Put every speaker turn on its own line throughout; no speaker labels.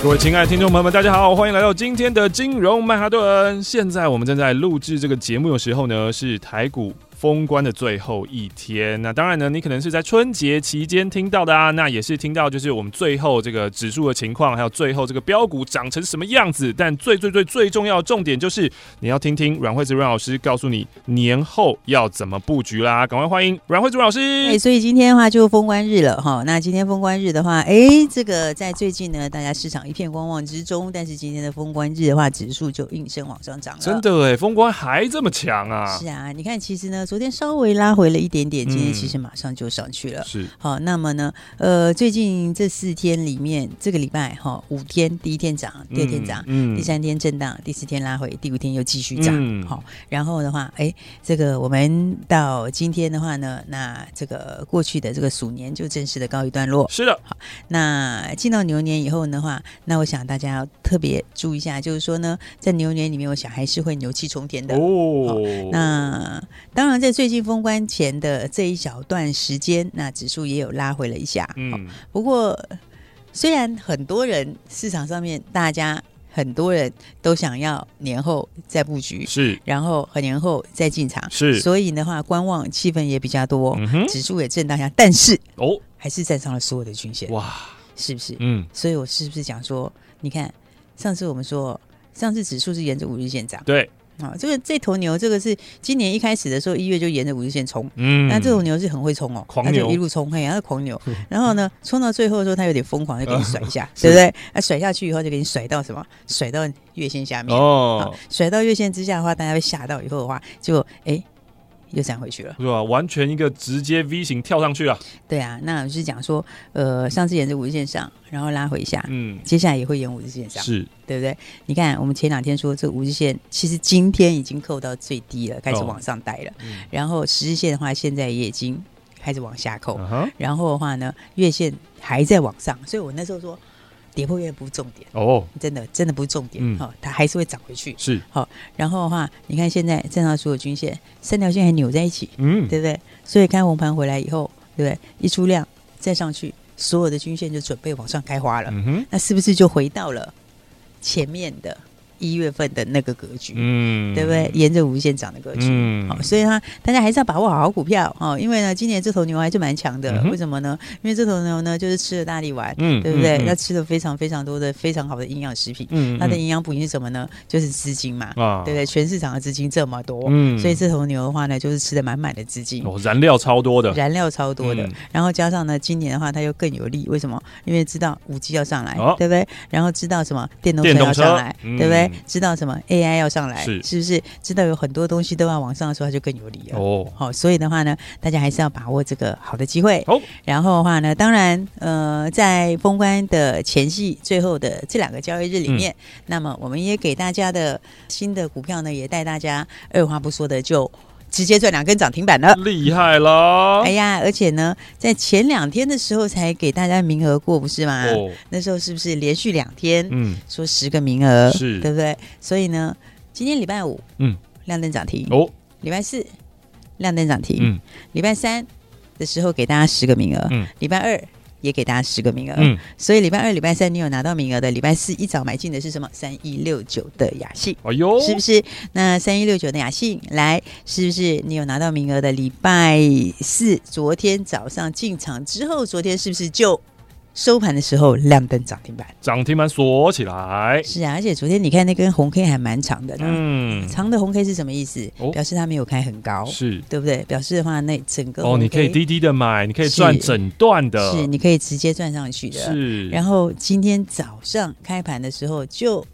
各位亲爱的听众朋友们，大家好，欢迎来到今天的金融曼哈顿。现在我们正在录制这个节目的时候呢，是台股。封关的最后一天，那当然呢，你可能是在春节期间听到的啊，那也是听到就是我们最后这个指数的情况，还有最后这个标股长成什么样子。但最最最最重要的重点就是你要听听阮惠子阮老师告诉你年后要怎么布局啦，赶快欢迎阮惠子阮老师。
哎、所以今天的话就封关日了哈。那今天封关日的话，哎，这个在最近呢，大家市场一片观望之中，但是今天的封关日的话，指数就应声往上涨了。
真的哎，封关还这么强啊！
是啊，你看，其实呢，昨天稍微拉回了一点点，今
嗯
天其实马上就上去了。
是
好，那么呢，呃，最近这四天里面，这个礼拜哈，五天，第一天涨，第二天涨，
嗯
第三天震荡，第四天拉回，第五天又继续涨
嗯。
好、然后的话，哎，这个我们到今天的话呢，那这个过去的这个鼠年就正式的告一段落。
是的，
那进到牛年以后的话，那我想大家要特别注意一下，就是说呢，在牛年里面，我想还是会牛气冲天的。
哦，
那当然，在最近封关前的这一小段时间，那指数也有拉回了一下。好，
嗯
不过虽然很多人市场上面大家很多人都想要年后再布局，
是
然后和年后再进场，
是
所以的话观望气氛也比较多，
嗯哼
指数也震荡一下，但是
哦
还是站上了所有的均线，
哇
是不是？
嗯
所以我是不是讲说，你看上次我们说，上次指数是沿着五日线涨。
对
啊，这个这头牛，这个是今年一开始的时候，一月就沿着五日线冲。
嗯
那这种牛是很会冲哦，
狂
它就
牛
一路冲，嘿，它是 狂牛。然后呢，冲到最后的时候，它有点疯狂，就给你甩一下，
是
对不对？啊，甩下去以后就给你甩到什么？甩到月线下面。啊
哦，
甩到月线之下的话，大家会吓到以后的话，就哎又站回去了。
是吧？完全一个直接 V 型跳上去啊！
对啊，那我就是讲说，呃，上次沿着五日线上，然后拉回一下，
嗯，
接下来也会沿五日线上。
是
对不对？你看，我们前两天说这五日线，其实今天已经扣到最低了，开始
哦
往上带了。
嗯
然后十日线的话，现在也已经开始往下扣。
嗯哼，
然后的话呢，月线还在往上，所以我那时候说，跌破月不是重点，
哦，
真的真的不是重点，
嗯
好、它还是会涨回去。
是，
然后的话，你看现在站上所有均线，三条线还扭在一起，
嗯，
对不对？所以开红盘回来以后，对不对？一出量再上去，所有的均线就准备往上开花了。
嗯哼，
那是不是就回到了前面的一月份的那个格局？
嗯
对不对？？沿着五日线涨的格局，
嗯
好、所以呢，大家还是要把握好好股票哦，因为呢，今年这头牛还是蛮强的，
嗯哼
为什么呢？因为这头牛呢，就是吃了大力丸，
嗯
对不对？
嗯嗯
它吃了非常非常多的非常好的营养食品，
嗯
它的营养补品是什么呢？就是资金嘛，
啊
对不对？全市场的资金这么多，
嗯
所以这头牛的话呢，就是吃的满满的资金。
哦，燃料超多的，
燃料超多的，
嗯
然后加上呢，今年的话它又更有利，为什么？因为知道五 G 要上来，
哦
对不对？然后知道什么电动车
电动
要
车
上来，
嗯
对不对？知道什么 AI 要上来，
是
不是？知道有很多东西都要往上的时候，它就更有利了。
哦，
好、所以的话呢，大家还是要把握这个好的机会。
好
然后的话呢，当然，呃，在封关的前夕，最后的这两个交易日里
嗯
面，那么我们也给大家的新的股票呢，也带大家二话不说的就直接赚两根涨停板了。
厉害啦！
呃哎呀，而且呢，在前两天的时候才给大家名额过，不是吗？
哦，
那时候是不是连续两天、
嗯，
说十个名额，
是
对不对？所以呢，今天礼拜五，
嗯，
亮灯涨停；
哦，
礼拜四，亮灯涨停；
嗯
礼拜三的时候给大家十个名额，
嗯
礼拜二。也给大家十个名额，
嗯，
所以礼拜二、礼拜三你有拿到名额的，礼拜四一早买进的是什么？三一六九的雅信。
哎呦，
是不是？那三一六九的雅信来，是不是你有拿到名额的？礼拜四昨天早上进场之后，昨天是不是就收盘的时候亮灯涨停板？
涨停板锁起来？
是啊，而且昨天你看那根红 K 还蛮长的呢，
嗯，
长的红 K 是什么意思？
哦
表示它没有开很高，
是
对不对？表示的话，那整个
哦，
红
你可以
K
低低的买，你可以
是
赚整段的，
是你可以直接赚上去的。
是，
然后今天早上开盘的时候就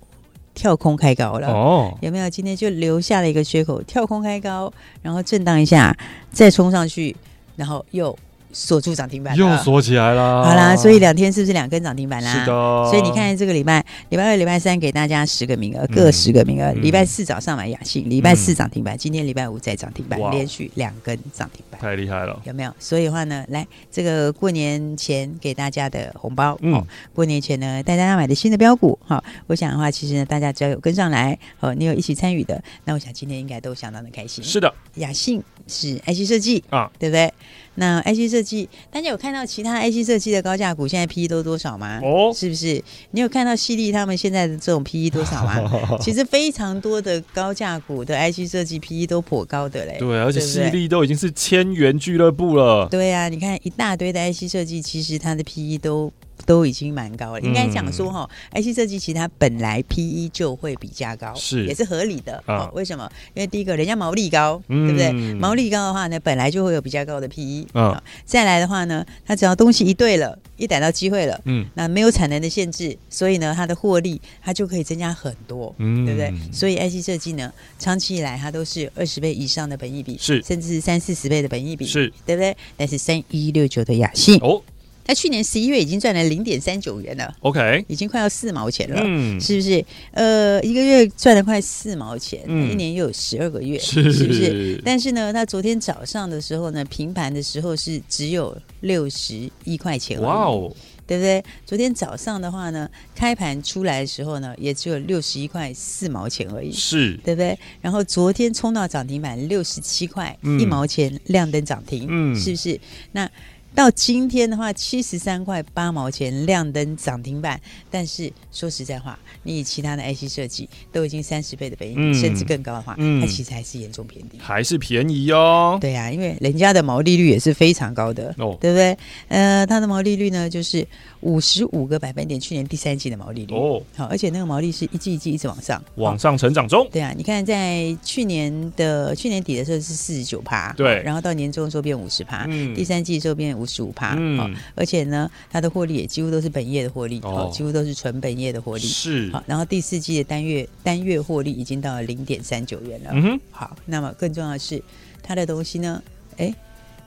跳空开高了。
哦，
有没有？今天就留下了一个缺口，跳空开高，然后震荡一下，再冲上去，然后又锁住涨停板了，
又锁起来啦。
好啦，所以两天是不是两根涨停板啦？
是的，
所以你看这个礼拜，礼拜二、礼拜三给大家十个名额，各十个名额。
嗯
礼拜四早上买雅信，礼拜四涨停板，今天礼拜五再涨停板
哇，
连续两根涨停板。
太厉害了，
有没有？所以的话呢，来这个过年前给大家的红包，
嗯
哦，过年前呢带大家买的新的标股，哈、我想的话，其实呢大家只要有跟上来，哦，你有一起参与的，那我想今天应该都相当的开心。
是的
雅信是 IC 设计，
啊，
对不对？那 IC 设计，大家有看到其他 IC 设计的高价股现在 PE 都多少吗？
哦
是不是？你有看到犀利他们现在的这种 PE 多 少吗？其实非常多的高价股的 IC 设计 PE 都颇高的嘞。
对，而且
对不
犀
对
利都已经是千元俱乐部了，
对啊，你看一大堆的 IC 设计，其实它的 PE 都都已经蛮高了。应该讲
嗯
说哈、ic 设计其实它本来 PE 就会比价高，
是
也是合理的
啊
哦。为什么？因为第一个人家毛利高，对不对？
嗯
毛利高的话呢，本来就会有比较高的 PE
嗯
哦再来的话呢，它只要东西一对了，一逮到机会了，
嗯
那没有产能的限制，所以呢，它的获利它就可以增加很多。
嗯
对不对？所以 IC 设计呢，长期以来它都是二十倍以上的本益比，
是
甚至是三四十倍的本益比，
是
对不对？但是三一六九的雅信，
哦
它去年十一月已经赚了零点三九元了，
，OK，
已经快要四毛钱了。
嗯，
是不是？呃，一个月赚了快四毛钱，
嗯
一年又有十二个月，
是
不是？但是呢，它昨天早上的时候呢，平盘的时候是只有六十一块钱而已，
哇哦，
对不对？昨天早上的话呢，开盘出来的时候呢，也只有六十一块四毛钱而已，
是，
对不对？然后昨天冲到涨停板六十七块
嗯
一毛钱，亮灯涨停，
嗯
是不是？那到今天的话，七十三块八毛钱亮灯涨停板，但是说实在话，你以其他的 IC 设计都已经三十倍的本益比，
嗯
甚至更高的话，
嗯
它其实还是严重偏低。
还是便宜哦，
对啊，因为人家的毛利率也是非常高的，
哦
对不对？呃，它的毛利率呢，就是五十五个百分点，去年第三季的毛利率。
哦，
好，而且那个毛利是一季一季一直往上，
往上成长中，
对啊，你看在去年的去年底的时候是四十九趴，哦
对
然后到年终的时候变五十趴，
嗯
第三季的时候变五十五趴，哦
嗯，
而且呢，它的获利也几乎都是本业的获利，
哦
哦，几乎都是纯本业的获利。
是，
好，然后第四季的单月单月获利已经到了零点三九元了。
嗯哼，
好，那么更重要的是，它的东西呢，哎，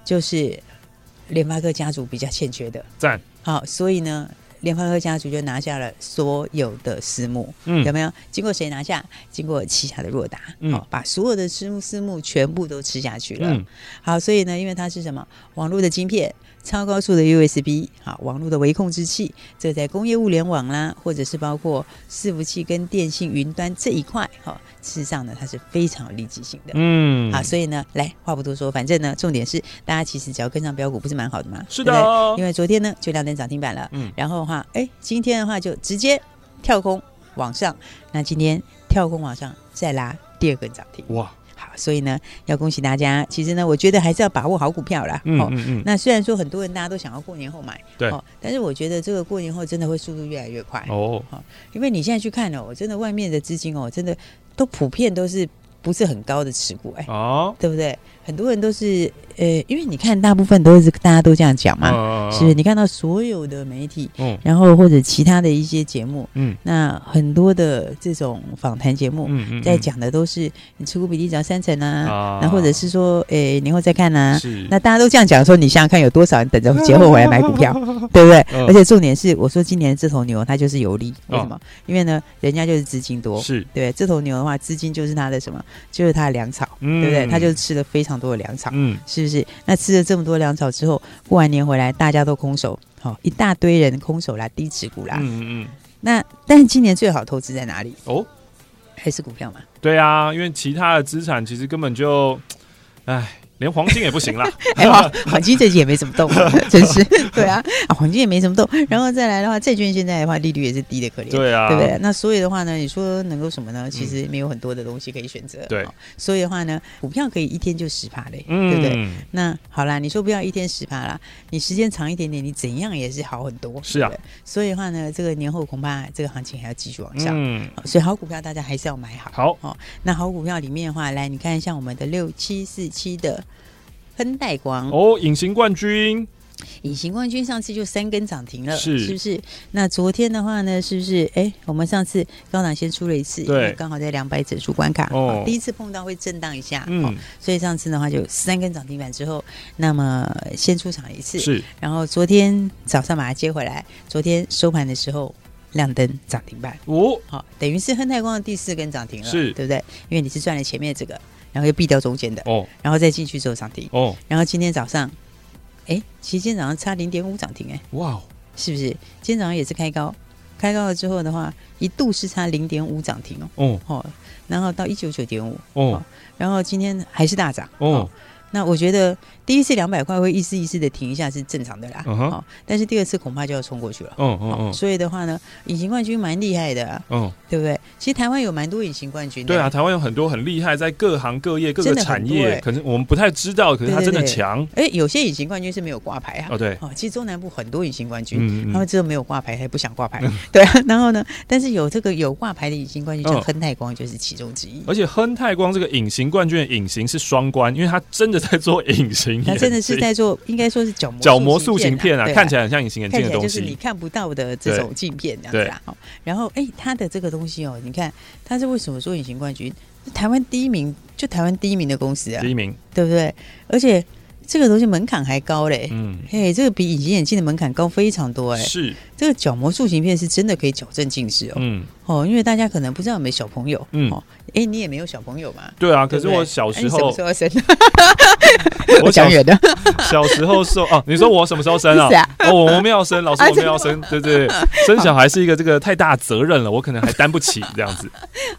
就是联发科家族比较欠缺的。
赞，
好，所以呢，联发科家族就拿下了所有的私募。有
嗯，
没有？经过谁拿下？经过旗下的若达，
嗯
哦，把所有的私募私募全部都吃下去了。
嗯，
好，所以呢，因为它是什么网络的晶片、超高速的 USB，好，网络的微控制器，这在工业物联网啦，或者是包括伺服器跟电信云端这一块，哈、哦，事实上呢，它是非常有利基性的。
嗯，
啊，所以呢，来话不多说，反正呢，重点是大家其实只要跟上标股，不是蛮好的吗？
是
对不对
的，
因为昨天呢就亮灯涨停板了，
哦嗯
然后的话，哎，今天的话就直接跳空往上，那今天跳空往上再拉第二根涨停，
哇，
好，所以呢要恭喜大家。其实呢，我觉得还是要把握好股票啦。
嗯
哦，
嗯嗯，
那虽然说很多人大家都想要过年后买，哦
对
但是我觉得这个过年后真的会速度越来越快，
哦，
因为你现在去看哦，我真的外面的资金哦，真的都普遍都是不是很高的持股，哎，
啊，
对不对？很多人都是呃，因为你看大部分都是大家都这样讲嘛，
嗯
是，你看到所有的媒体，
嗯
然后或者其他的一些节目，
嗯
那很多的这种访谈节目，
嗯嗯，
在讲的都是你持股比例只要三成啊，
啊
那或者是说，诶，年后再看啊。
是
那大家都这样讲的时候，你想想看，有多少人等着节后回来买股 票，对不对？
嗯
而且重点是，我说今年这头牛它就是有利，为
哦
什么？因为呢，人家就是资金多，
是，
对不对这头牛的话，资金就是它的什么？就是它的粮草，
嗯
对不对？它就吃了非常多的粮草。
嗯
是不是？那吃了这么多粮草之后，过完年回来大家都空手，好、一大堆人空手啦，低持股啦。
嗯嗯嗯，
那但今年最好投资在哪里？
哦，
还是股票嘛？
对啊，因为其他的资产其实根本就，唉，连黄金也不行啦。
哎、好，黄金最近也没怎么动，真 是对啊啊，黄金也没怎么动。然后再来的话，债券现在的话利率也是低的可怜。
对啊，嗯
对不对？那所以的话呢，你说能够什么呢？其实没有很多的东西可以选择。
对
哦所以的话呢，股票可以一天就十趴嘞，
嗯，
对不对？那好啦，你说不要一天十趴啦，你时间长一点点，你怎样也是好很多。
是啊
对不对，所以的话呢，这个年后恐怕这个行情还要继续往上。
嗯，
哦所以好股票大家还是要买好。
好，
那好股票里面的话，来你看像我们的六七四七的亨代光，
哦哦，隐形冠军，
以行冠军上次就三根涨停了，
是
不是？那昨天的话呢，是不是？哎，我们上次高档先出了一次，
对
因为刚好在两百整数关卡，
哦
哦第一次碰到会震荡一下，哦
嗯，
所以上次的话就三根涨停板之后，那么先出场一次，
是
然后昨天早上把它接回来，昨天收盘的时候亮灯涨停板，
哦，
好、等于是亨泰光的第四根涨停了，
是
对不对？因为你是赚了前面这个，然后又避掉中间的，
哦
然后再进去之后涨停，
哦，
然后今天早上，哎，其实今天早上差零点五涨停，哎，
哇哦，
是不是？今天早上也是开高，开高了之后的话，一度是差零点五涨停哦，
哦
哦，然后到一九九点五，
哦
然后今天还是大涨。
哦，
那我觉得第一次两百块会一丝一丝的停一下是正常的啦，
嗯哼
哦，但是第二次恐怕就要冲过去了。
哦
哦
哦
所以的话呢，隐形冠军蛮厉害的、啊，
哦哦，
对不对？其实台湾有蛮多隐形冠军的，
对啊，，台湾有很多很厉害，在各行各业各个
真的很
产
多
业，
欸
可能我们不太知道，可是他
对对
真的
对
强
哎，有些隐形冠军是没有挂牌啊。
哦，对，
哦，其实中南部很多隐形冠军，
嗯
他
嗯
们只有没有挂牌，还不想挂牌， 对啊。然后呢，但是有这个有挂牌的隐形冠军，像
嗯
亨泰光就是其中之一。
而且亨泰光这个隐形冠军的隐形是双关，因为他真的在做隐形眼镜，
他真的是在做，应该说是角膜
角膜塑形片啊，
对
看起来很像隐形眼
看
镜
起
的
来就
东
是你
西。
看不到的这种镜片这样子啊。好然后哎，他的这个东西哦，你看他是为什么说隐形冠军？台湾第一名，就台湾第一名的公司啊
第，一名，
对不对？而且这个东西门槛还高嘞。
嗯，
嘿，这个比隐形眼镜的门槛高非常多哎、
是，
这个角膜塑形片是真的可以矫正近视哦。
嗯，
哦，因为大家可能不知道有没有小朋友，
嗯
哦，哎，你也没有小朋友嘛？
对啊。可
对不
是
对
我小
哎
时
你
候
什么，时候生？
我小
讲远的，
小时候 受哦，你说我什么时候生啊
是啊？
哦，我没有生，老师
啊
我没有生，对对，对 生小孩是一个这个太大责任了，我可能还担不起这样 子。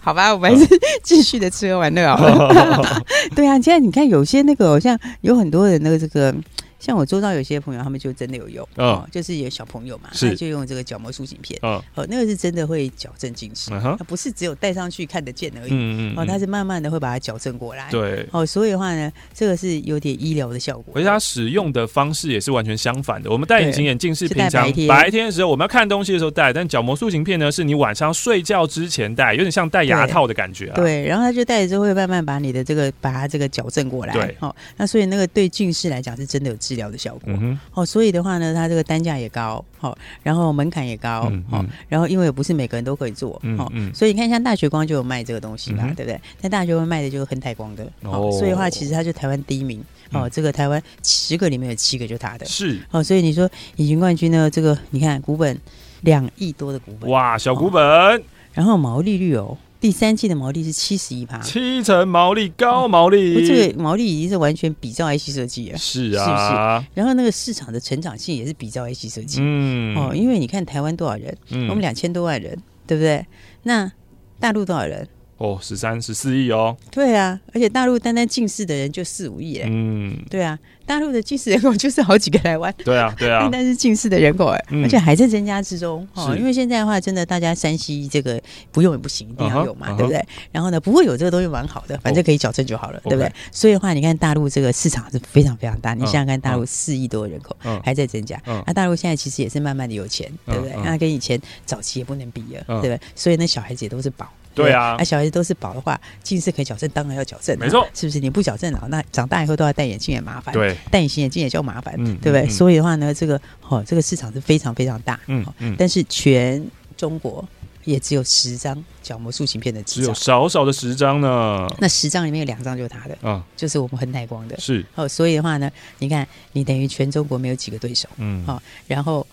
好吧，我们还是继续的吃喝玩乐好 了。对啊，现在你看有些那个，像有很多人那个这个，像我周遭有些朋友，他们就真的有用，
嗯
哦，就是有小朋友嘛，
是
他就用这个角膜塑形片，
嗯
哦，那个是真的会矫正近视，
嗯哼
它不是只有戴上去看得见而已，
嗯嗯，
哦，它
嗯
是慢慢的会把它矫正过来，，
对。
哦，所以的话呢，这个是有点医疗的效果，
而且它使用的方式也是完全相反的。我们戴隐形眼镜是
是
平
戴
常
白天
白天的时候我们要看东西的时候戴，但角膜塑形片呢，是你晚上睡觉之前戴，有点像戴牙
对
套的感觉啊。，
对，然后它就戴着之后会慢慢把你的这个把它这个矫正过来，
对
哦，那所以那个对近视来讲是真的有治疗的效果，
嗯哼，
哦，所以的话呢，它这个单价也高，好、然后门槛也高，
嗯
哦
嗯，
然后因为也不是每个人都可以做，
嗯
哦，
嗯
所以你看像大学光就有卖这个东西嘛，
嗯哼
对不对？但大学光卖的就是恒泰光的，
哦
哦，所以的话其实它就台湾第一名，哦，
嗯
这个台湾十个里面有七个就它的，
是
哦，所以你说隐形冠军呢，这个你看股本两亿多的股本，
哇，小股本
然后毛利率哦，第三季的毛利是七十一趴，
七成毛利，高毛
不
利，
这个毛利已经是完全比照 IC 设计了，
是啊，
然后那个市场的成长性也是比照 IC 设计。
嗯，
哦，因为你看台湾多少人，
嗯
我们两千多万人，对不对？那大陆多少人？
哦，十三十四亿哦，
对啊，而且大陆单单近视的人就四五亿耶。
嗯，
对啊，大陆的近视人口就是好几个台湾，
对啊，对 啊
单，单是近视的人口哎，
嗯
而且还在增加之中哦。
是
因为现在的话，真的大家山西这个不用也不行，一定
嗯哼
要用嘛
嗯哼
对不对？然后呢，不过有这个东西蛮好的，反正可以矫正就好了对不
哦
对？所以的话，你看大陆这个市场是非常非常大，你想想看，大陆四亿多的人口
嗯
还在增加，
嗯
啊那大陆现在其实也是慢慢的有钱，对不对
嗯嗯？
那跟以前早期也不能比了，
嗯
对不对？所以那小孩子也都是宝。
对啊
那小孩子都是宝的话，近视可以矫正，当然要矫正啊，
没错
是不是？你不矫正啊，那长大以后都要戴眼镜也麻烦，
对，
戴隐形眼镜也叫麻烦，
嗯
对不对？
嗯嗯
所以的话呢，这个哦，这个市场是非常非常大，
嗯
哦
嗯，
但是全中国也只有十张角膜塑形片的
只有
执照，
少少的十张呢，
那十张里面有两张就是他的，
啊，
就是我们恒泰光的。
是，
哦，所以的话呢，你看，你等于全中国没有几个对手，
嗯，
好然后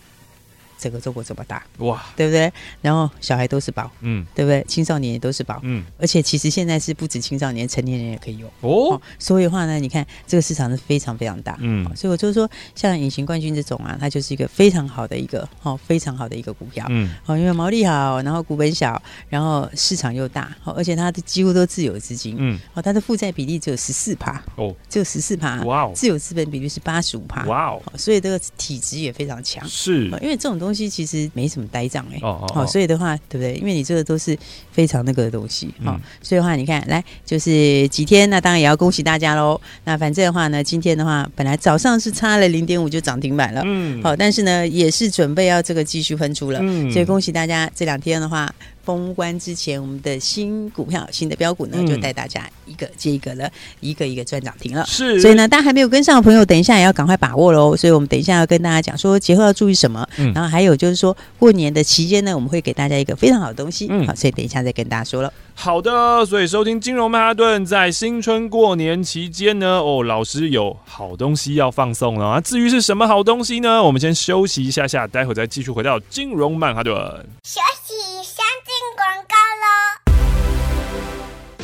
整个中国这么大，
哇，
对不对？然后小孩都是宝，
嗯
对不对？青少年也都是宝，
嗯，
而且其实现在是不止青少年，成年人也可以用。
哦
哦，，所以的话呢，你看这个市场是非常非常大，哦
嗯
所以我就说，像隐形冠军这种啊，它就是一个非常好的一个哦，非常好的一个股票。
嗯，
哦，因为毛利好，然后股本小，然后市场又大，哦，而且它几乎都自有资金，
嗯，
哦，它的负债比例只有十四趴，
哦，
只有十四趴，
哇哦，
自有资本比率是八十五趴，
哇哦，
哦，所以这个体质也非常强，
是
哦，因为这种东西其实没什么呆账哎、
哦
哦，所以的话，对不对？因为你这个都是非常那个的东西，哈、
嗯
所以的话，你看，来就是几天，那当然也要恭喜大家喽。那反正的话呢，今天的话，本来早上是差了零点五就涨停板了，
嗯，
好、但是呢，也是准备要这个继续喷出了，
嗯
所以恭喜大家这两天的话，封关之前，我们的新股票、新的标股呢，
嗯
就带大家一个接一个了，一个一个赚涨停了。
是，
所以呢，大家还没有跟上的朋友，等一下也要赶快把握喽。所以我们等一下要跟大家讲说节后要注意什么，
嗯
然后还有就是说过年的期间呢，我们会给大家一个非常好的东西。
嗯
好，所以等一下再跟大家说了。
好的，所以收听金融曼哈顿，在新春过年期间呢，哦，老师有好东西要放送了啊。至于是什么好东西呢？我们先休息一下下，待会再继续回到金融曼哈顿。
休息，上进广告喽。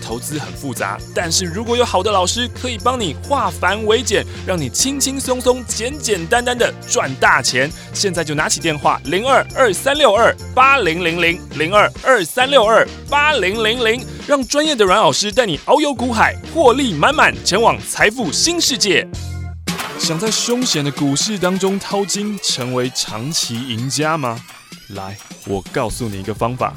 投资很复杂，但是如果有好的老师，可以帮你化繁为简，让你轻轻松松、简简单单的赚大钱。现在就拿起电话零二二三六二八零零零零二二三六二八零零零，让专业的阮老师带你遨游股海，获利满满，前往财富新世界。想在凶险的股市当中淘金，成为长期赢家吗？来，我告诉你一个方法。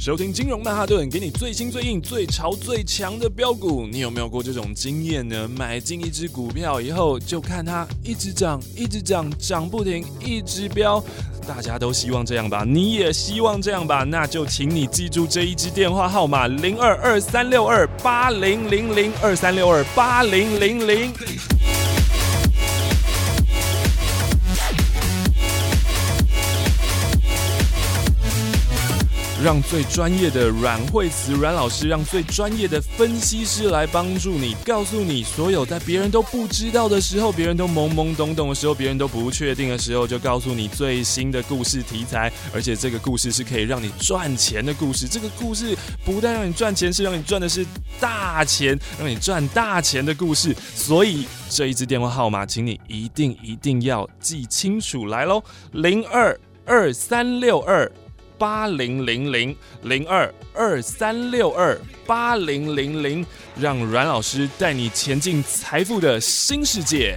收听金融曼哈顿，给你最新、最硬、最潮、最强的标股。你有没有过这种经验呢？买进一只股票以后，就看它一直涨、一直涨、涨不停，一直飙。大家都希望这样吧，你也希望这样吧？那就请你记住这一支电话号码：零二二三六二八零零零二三六二八零零零。让最专业的阮惠慈阮老师，让最专业的分析师来帮助你，告诉你所有在别人都不知道的时候，别人都懵懵懂懂的时候，别人都不确定的时候，就告诉你最新的故事题材，而且这个故事是可以让你赚钱的故事。这个故事不但让你赚钱，是让你赚的是大钱，让你赚大钱的故事。所以这一支电话号码，请你一定一定要记清楚来喽，零二二三六二。八零零零零二二三六二八零零零，让阮老师带你前进财富的新世界。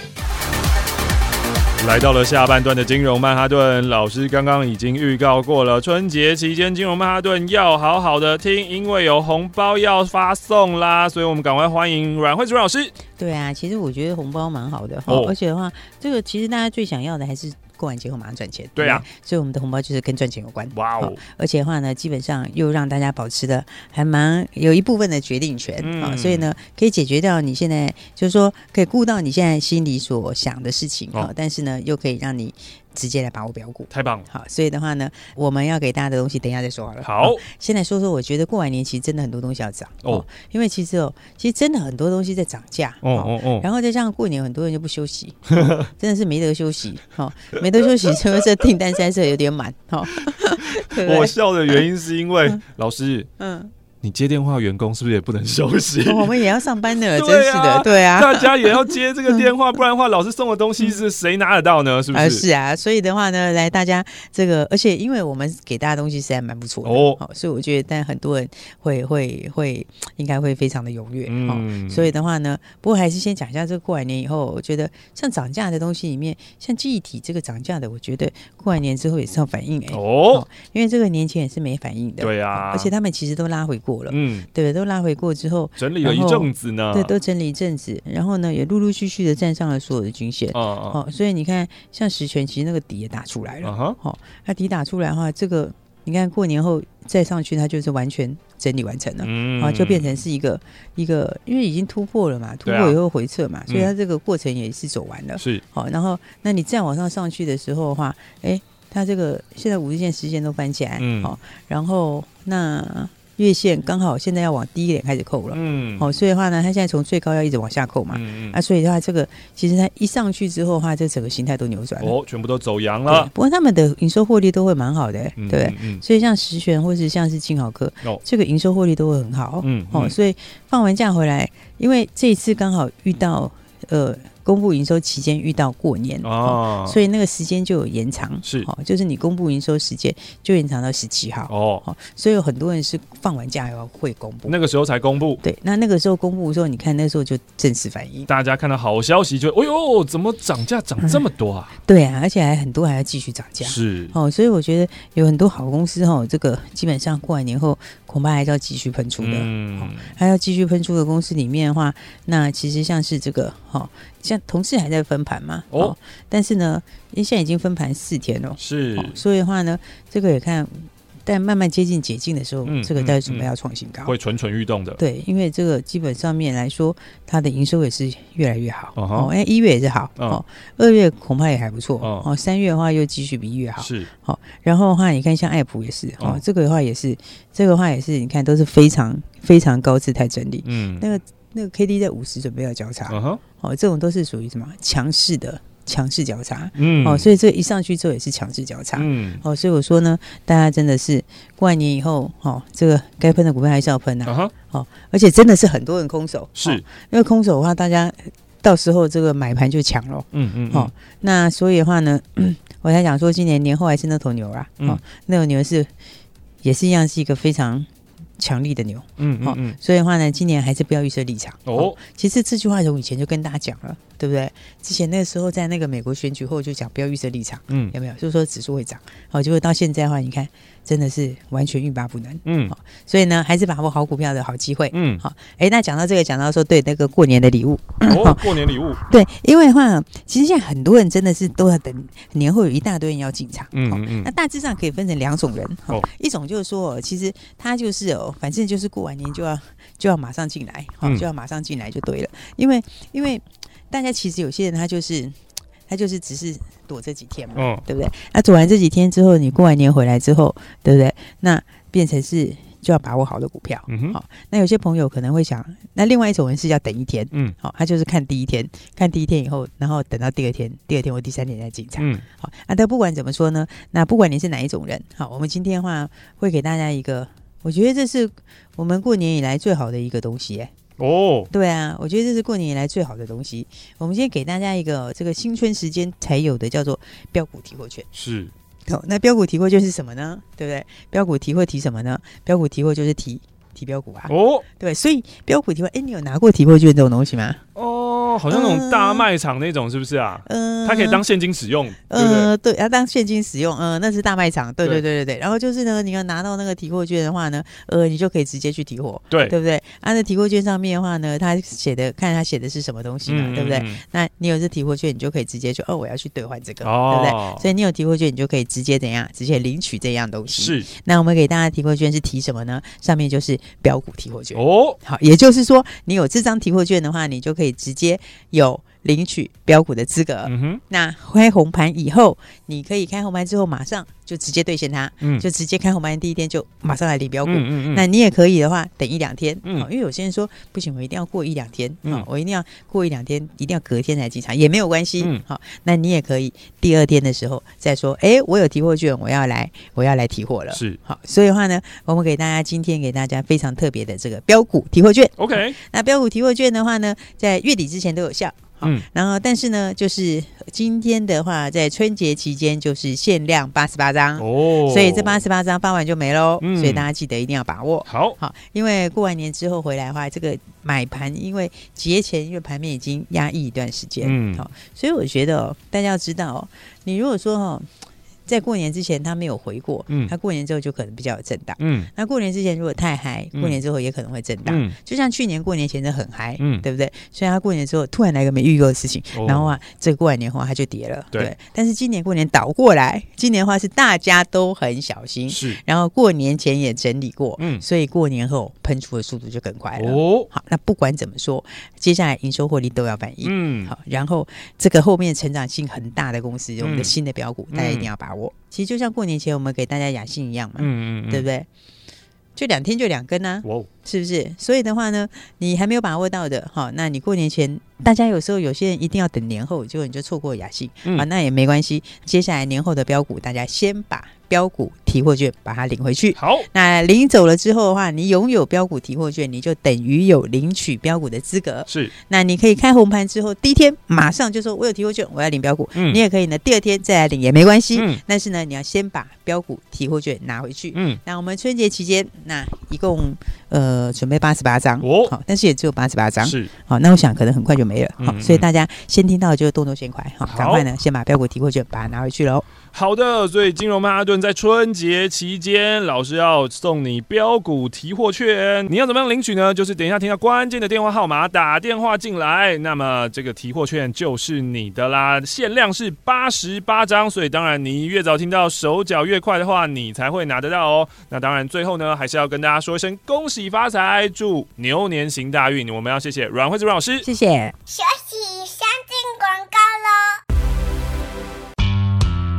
来到了下半段的金融曼哈顿，老师刚刚已经预告过了，春节期间金融曼哈顿要好好的听，因为有红包要发送啦，所以我们赶快欢迎阮慧主任老师。
对啊，其实我觉得红包蛮好的哈，
哦
而且的话，这个其实大家最想要的还是过完节后马上赚钱。
对啊
不，所以我们的红包就是跟赚钱有关。
哇
哦！而且的话呢，基本上又让大家保持的还蛮有一部分的决定权啊、
嗯
所以呢，可以解决掉你现在就是说可以顾到你现在心里所想的事情啊、
哦
但是呢，又可以让你直接来把握标股。
太棒了，
好，所以的话呢，我们要给大家的东西，等一下再说好了。
好，
先来说说，我觉得过完年其实真的很多东西要涨
哦
哦因为其实哦，其实真的很多东西在涨价 啊
哦哦哦
然后再加上过年很多人就不休息，哦真的是没得休息，哦，没得休息， 所以这订单实在是有点满，哦，对不
我
对？
笑的原因是因为老师，
嗯，哦
你接电话，员工是不是也不能休息？
我们也要上班 的，真
对
是
啊
的，对啊，
大家也要接这个电话，不然的话，老师送的东西是谁拿得到呢？是不
啊，
是？
是啊，所以的话呢，来大家这个，而且因为我们给大家东西实在蛮不错的
哦
哦，好所以我觉得，但很多人会会会应该会非常的踊跃
嗯
哦。所
以
以的话呢，不过还是先讲一下这个过完年以后，我觉得像涨价的东西里面，像记忆体这个涨价的，我觉得过完年之后也是要反应哎、
哦
哦，因为这个年前也是没反应的，
对啊
而且他们其实都拉回过了，
嗯，啊
对不对？都拉回过之后，
整理了一阵子呢，
对，都整理一阵子，然后呢，也陆陆续续的站上了所有的均线，
哦，
哦，所以你看，像十全其实那个底也打出来
啊
了，
哈，
哦，那底打出来的话，这个你看过年后再上去，它就是完全整理完成了。
嗯
啊，就变成是一个一个，因为已经突破了嘛，突
对啊
破以后回撤嘛，所以
嗯
它这个过程也是走完了。
是
好、然后那你再往上上去的时候的话，哎、它这个现在五日线、十日线都翻起来，
嗯
好、然后那月线刚好现在要往低一点开始扣了，
嗯
好、所以的话呢，它现在从最高要一直往下扣嘛，
嗯嗯
啊，所以的话，这个其实它一上去之后的话，这整个形态都扭转了。
哦，全部都走阳
对
了，
不过他们的营收获利都会蛮好的、
嗯
对不对。，
嗯
所以像实权或是像是金豪科，
哦
这个营收获利都会很好。
嗯
哦，
嗯
所以放完假回来，因为这一次刚好遇到呃公布营收期间遇到过年哦
啊，
所以那个时间就有延长。
是
哦，就是你公布营收时间就延长到十七号。
哦，
哦，所以有很多人是放完假以后会公布。
那个时候才公布。
对，那那个时候公布的时候，你看那时候就正式反应。
大家看到好消息就，哎呦，怎么涨价涨这么多啊？
对啊，而且还很多还要继续涨 价。
是，
哦，所以我觉得有很多好公司哦，这个基本上过完年后恐怕还是要继续喷出的。
嗯，
还要继续喷出的公司里面的话，那其实像是这个，哦，像同事还在分盘嘛，
哦
但是呢，因为现在已经分盘四天了，
是
哦，所以的话呢，这个也看，但慢慢接近解禁的时候，
嗯
这个在
嗯
准备
嗯
要创新高，
会蠢蠢欲动的。
对，因为这个基本上面来说，它的营收也是越来越好，
嗯哼
哦，哎，一月也是好，
嗯
哦，二月恐怕也还不错，
嗯
哦，三月的话又继续比一月好，
是，
然后的话，你看像爱普也是哦
嗯，
这个的话也是，这个的话也是，你看都是非常非常高姿态整理，
嗯，
那个那个 K D 在五十准备要交叉，
嗯哼，
哦，这种都是属于什么强势的强势交叉，
嗯，
哦，所以这一上去之后也是强势交叉。
嗯，
哦，所以我说呢，大家真的是过完年以后，哦，这个该喷的股票还是要喷呐、
啊哈，
而且真的是很多人空手，
是
哦，因为空手的话，大家到时候这个买盘就强了。
嗯嗯，
哦，那所以的话呢， 我才讲说今年年后还是那头牛啦，
嗯
哦，那头牛是也是一样是一个非常强力的牛，
嗯嗯
哦
嗯，
所以的话呢，今年还是不要预设立场。
哦，
其实这句话从以前就跟大家讲了，对不对？之前那个时候在那个美国选举后就讲不要预设立场，
嗯
有没有？就是说指数会涨，哦，结果到现在的话，你看真的是完全欲罢不能。
嗯
所以呢，还是把握好股票的好机会。
嗯，
哎，那讲到这个，讲到说对那个过年的礼物，
哦，过年礼物，
对，因为的话，其实现在很多人真的是都要等年后有一大堆人要进场，
嗯
哦
嗯
那大致上可以分成两种人，哦
哦
一种就是说，其实他就是哦，反正就是过完年就要就要马上进来，哦
嗯
就要马上进来就对了，因为因为大家其实有些人他就是他就是只是躲这几天嘛，
嗯，
对不对？那躲完这几天之后，你过完年回来之后，对不对？那变成是就要把握好的股票，
嗯哼，
那有些朋友可能会想，那另外一种人是要等一天，
嗯
好、他就是看第一天，看第一天以后，然后等到第二天，第二天或第三天再进场。
嗯
好、啊，但不管怎么说呢，那不管你是哪一种人，好，我们今天的话会给大家一个，我觉得这是我们过年以来最好的一个东西、哎，
哦，
对啊，我觉得这是过年以来最好的东西。我们先给大家一个哦这个新春时间才有的叫做标股提货券。
是，
好，那标股提货券是什么呢？对不对？标股提货提什么呢？标股提货就是提提标股啊。
哦
对，所以标股提货，哎，你有拿过提货券这种东西吗？
哦，好像那种大卖场那种是不是啊？
嗯、
它可以当现金使用，对不对？
呃，对，要当现金使用，嗯、那是大卖场，对
对
对对对对。然后就是呢，你要拿到那个提货券的话呢，呃，你就可以直接去提货，
对，
对不对？按、啊、那提货券上面的话呢，它写的看它写的是什么东西
嗯
嘛，嗯对不对？？那你有这提货券，你就可以直接说，哦，我要去兑换这个，对不对？
哦，
所以你有提货券，你就可以直接怎样，直接领取这样东西。
是
那我们给大家提货券是提什么呢？上面就是标股提货券。
哦，
好，也就是说，你有这张提货券的话，你就可以直接有领取标股的资格。
嗯哼，
那开红盘以后，你可以开红盘之后马上就直接兑现它，
嗯
就直接开红盘第一天就马上来领标股。
嗯
那你也可以的话，等一两天，
嗯
哦因为有些人说不行，我一定要过一两天，
嗯
哦我一定要过一两天，一定要隔天才进场也没有关系，
嗯
好、那你也可以第二天的时候再说，哎，我有提货券，我要来，我要来提货了，
是
好，所以的话呢，我们给大家今天给大家非常特别的这个标股提货券，
OK，
那标股提货券的话呢，在月底之前都有效。好
嗯
然后但是呢，就是今天的话，在春节期间就是限量八十八张，
哦，
所以这八十八张发完就没喽，
嗯
所以大家记得一定要把握。
好，
好，因为过完年之后回来的话，这个买盘因为节前因为盘面已经压抑一段时间，
嗯
好，所以我觉得、哦、大家要知道、哦，你如果说哦，在过年之前它没有回过，
嗯
它过年之后就可能比较有震荡。
嗯
那过年之前如果太嗨，
嗯
过年之后也可能会震荡。
嗯，
就像去年过年前的很嗨，
嗯
对不对？所以他过年之后突然来个没预购的事情，
哦
然后啊，这个过完年后它就跌了，
对
但是今年过年倒过来，今年的话是大家都很小心，
是
然后过年前也整理过，
嗯
所以过年后喷出的速度就更快了。
哦，
好，那不管怎么说，接下来营收获利都要反应。
嗯，
好，然后这个后面成长性很大的公司，我们的
嗯
新的标股，大家一定
嗯
要把握。其实就像过年前我们给大家雅信一样嘛，
嗯嗯嗯，
对不对？就两天就两根啊呢、
哇哦，
是不是？所以的话呢，你还没有把握到的，哈，那你过年前，大家有时候有些人一定要等年后，结果你就错过雅信、
嗯
啊，那也没关系。接下来年后的标股，大家先把标股提货券把它领回去。
好，
那领走了之后的话，你拥有标股提货券，你就等于有领取标股的资格。
是，
那你可以开红盘之后，第一天马上就说我有提货券，我要领标股。
嗯
你也可以呢，第二天再来领也没关系。
嗯
但是呢，你要先把标股提货券拿回去。
嗯，
那我们春节期间，那一共呃准备八十八张，
哦
好、但是也只有八十八张，
是
好、那我想可能很快就没了，好、
嗯嗯
所以大家先听到就动作先快，好、
好
赶快呢先把标股提货券把它拿回去喽。
好的，所以金融曼哈顿在春节期间，老师要送你标股提货券，你要怎么样领取呢？就是等一下听到关键的电话号码，打电话进来，那么这个提货券就是你的啦，限量是八十八张，所以当然你越早听到，手脚越快的话，你才会拿得到哦。那当然最后呢，还是要跟大家说一声恭喜发财，祝牛年行大运。我们要谢谢阮慧芝阮老师。
谢谢。
休息一下，进广告喽。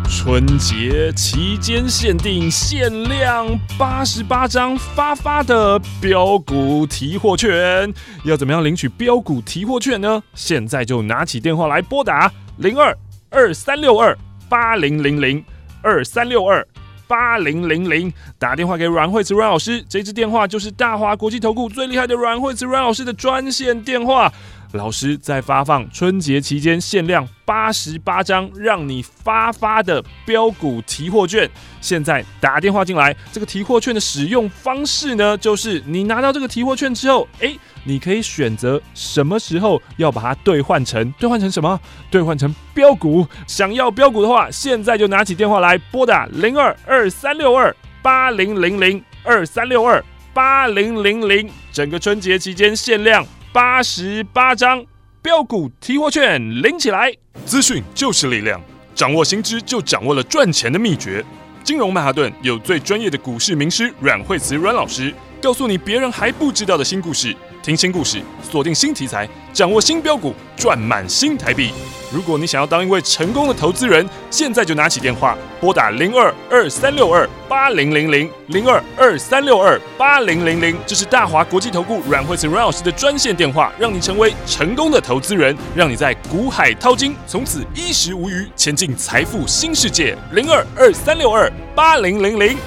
春节期间限定限量八十八张发发的标股提货券，要怎么样领取标股提货券呢？现在就拿起电话来拨打零二二三六二八零零零二三六二。八零零零打电话给阮慧慈阮老师，这支电话就是大华国际投顾最厉害的阮慧慈阮老师的专线电话。老师在发放春节期间限量八十八张让你发发的标股提货券，现在打电话进来，这个提货券的使用方式呢，就是你拿到这个提货券之后，诶，你可以选择什么时候要把它兑换成兑换成什么？兑换成标股。想要标股的话，现在就拿起电话来拨打零二二三六二八零零零二三六二八零零零，整个春节期间限量八十八张标股提货券，领起来！资讯就是力量，掌握新知就掌握了赚钱的秘诀。金融曼哈顿有最专业的股市名师阮惠慈阮老师，告诉你别人还不知道的新故事。听新故事，锁定新题材，掌握新标股，赚满新台币。如果你想要当一位成功的投资人，现在就拿起电话拨打零二二三六二八零零零零二二三六二八零零零，这是大华国际投顾阮慧慈阮老师的专线电话，让你成为成功的投资人，让你在股海淘金，从此衣食无虞，前进财富新世界。零二二三六二八零零零。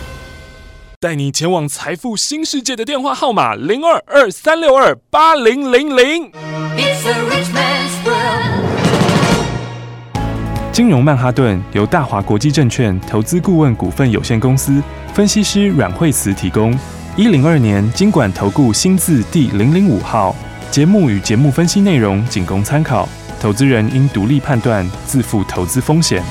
带你前往财富新世界的电话号码零二二三六二八零零零。
It's a rich man's world.
金融曼哈顿由大华国际证券投资顾问股份有限公司分析师阮惠慈提供。一零二年经管投顾新字第零零五号。节目与节目分析内容仅供参考，投资人应独立判断，自负投资风险。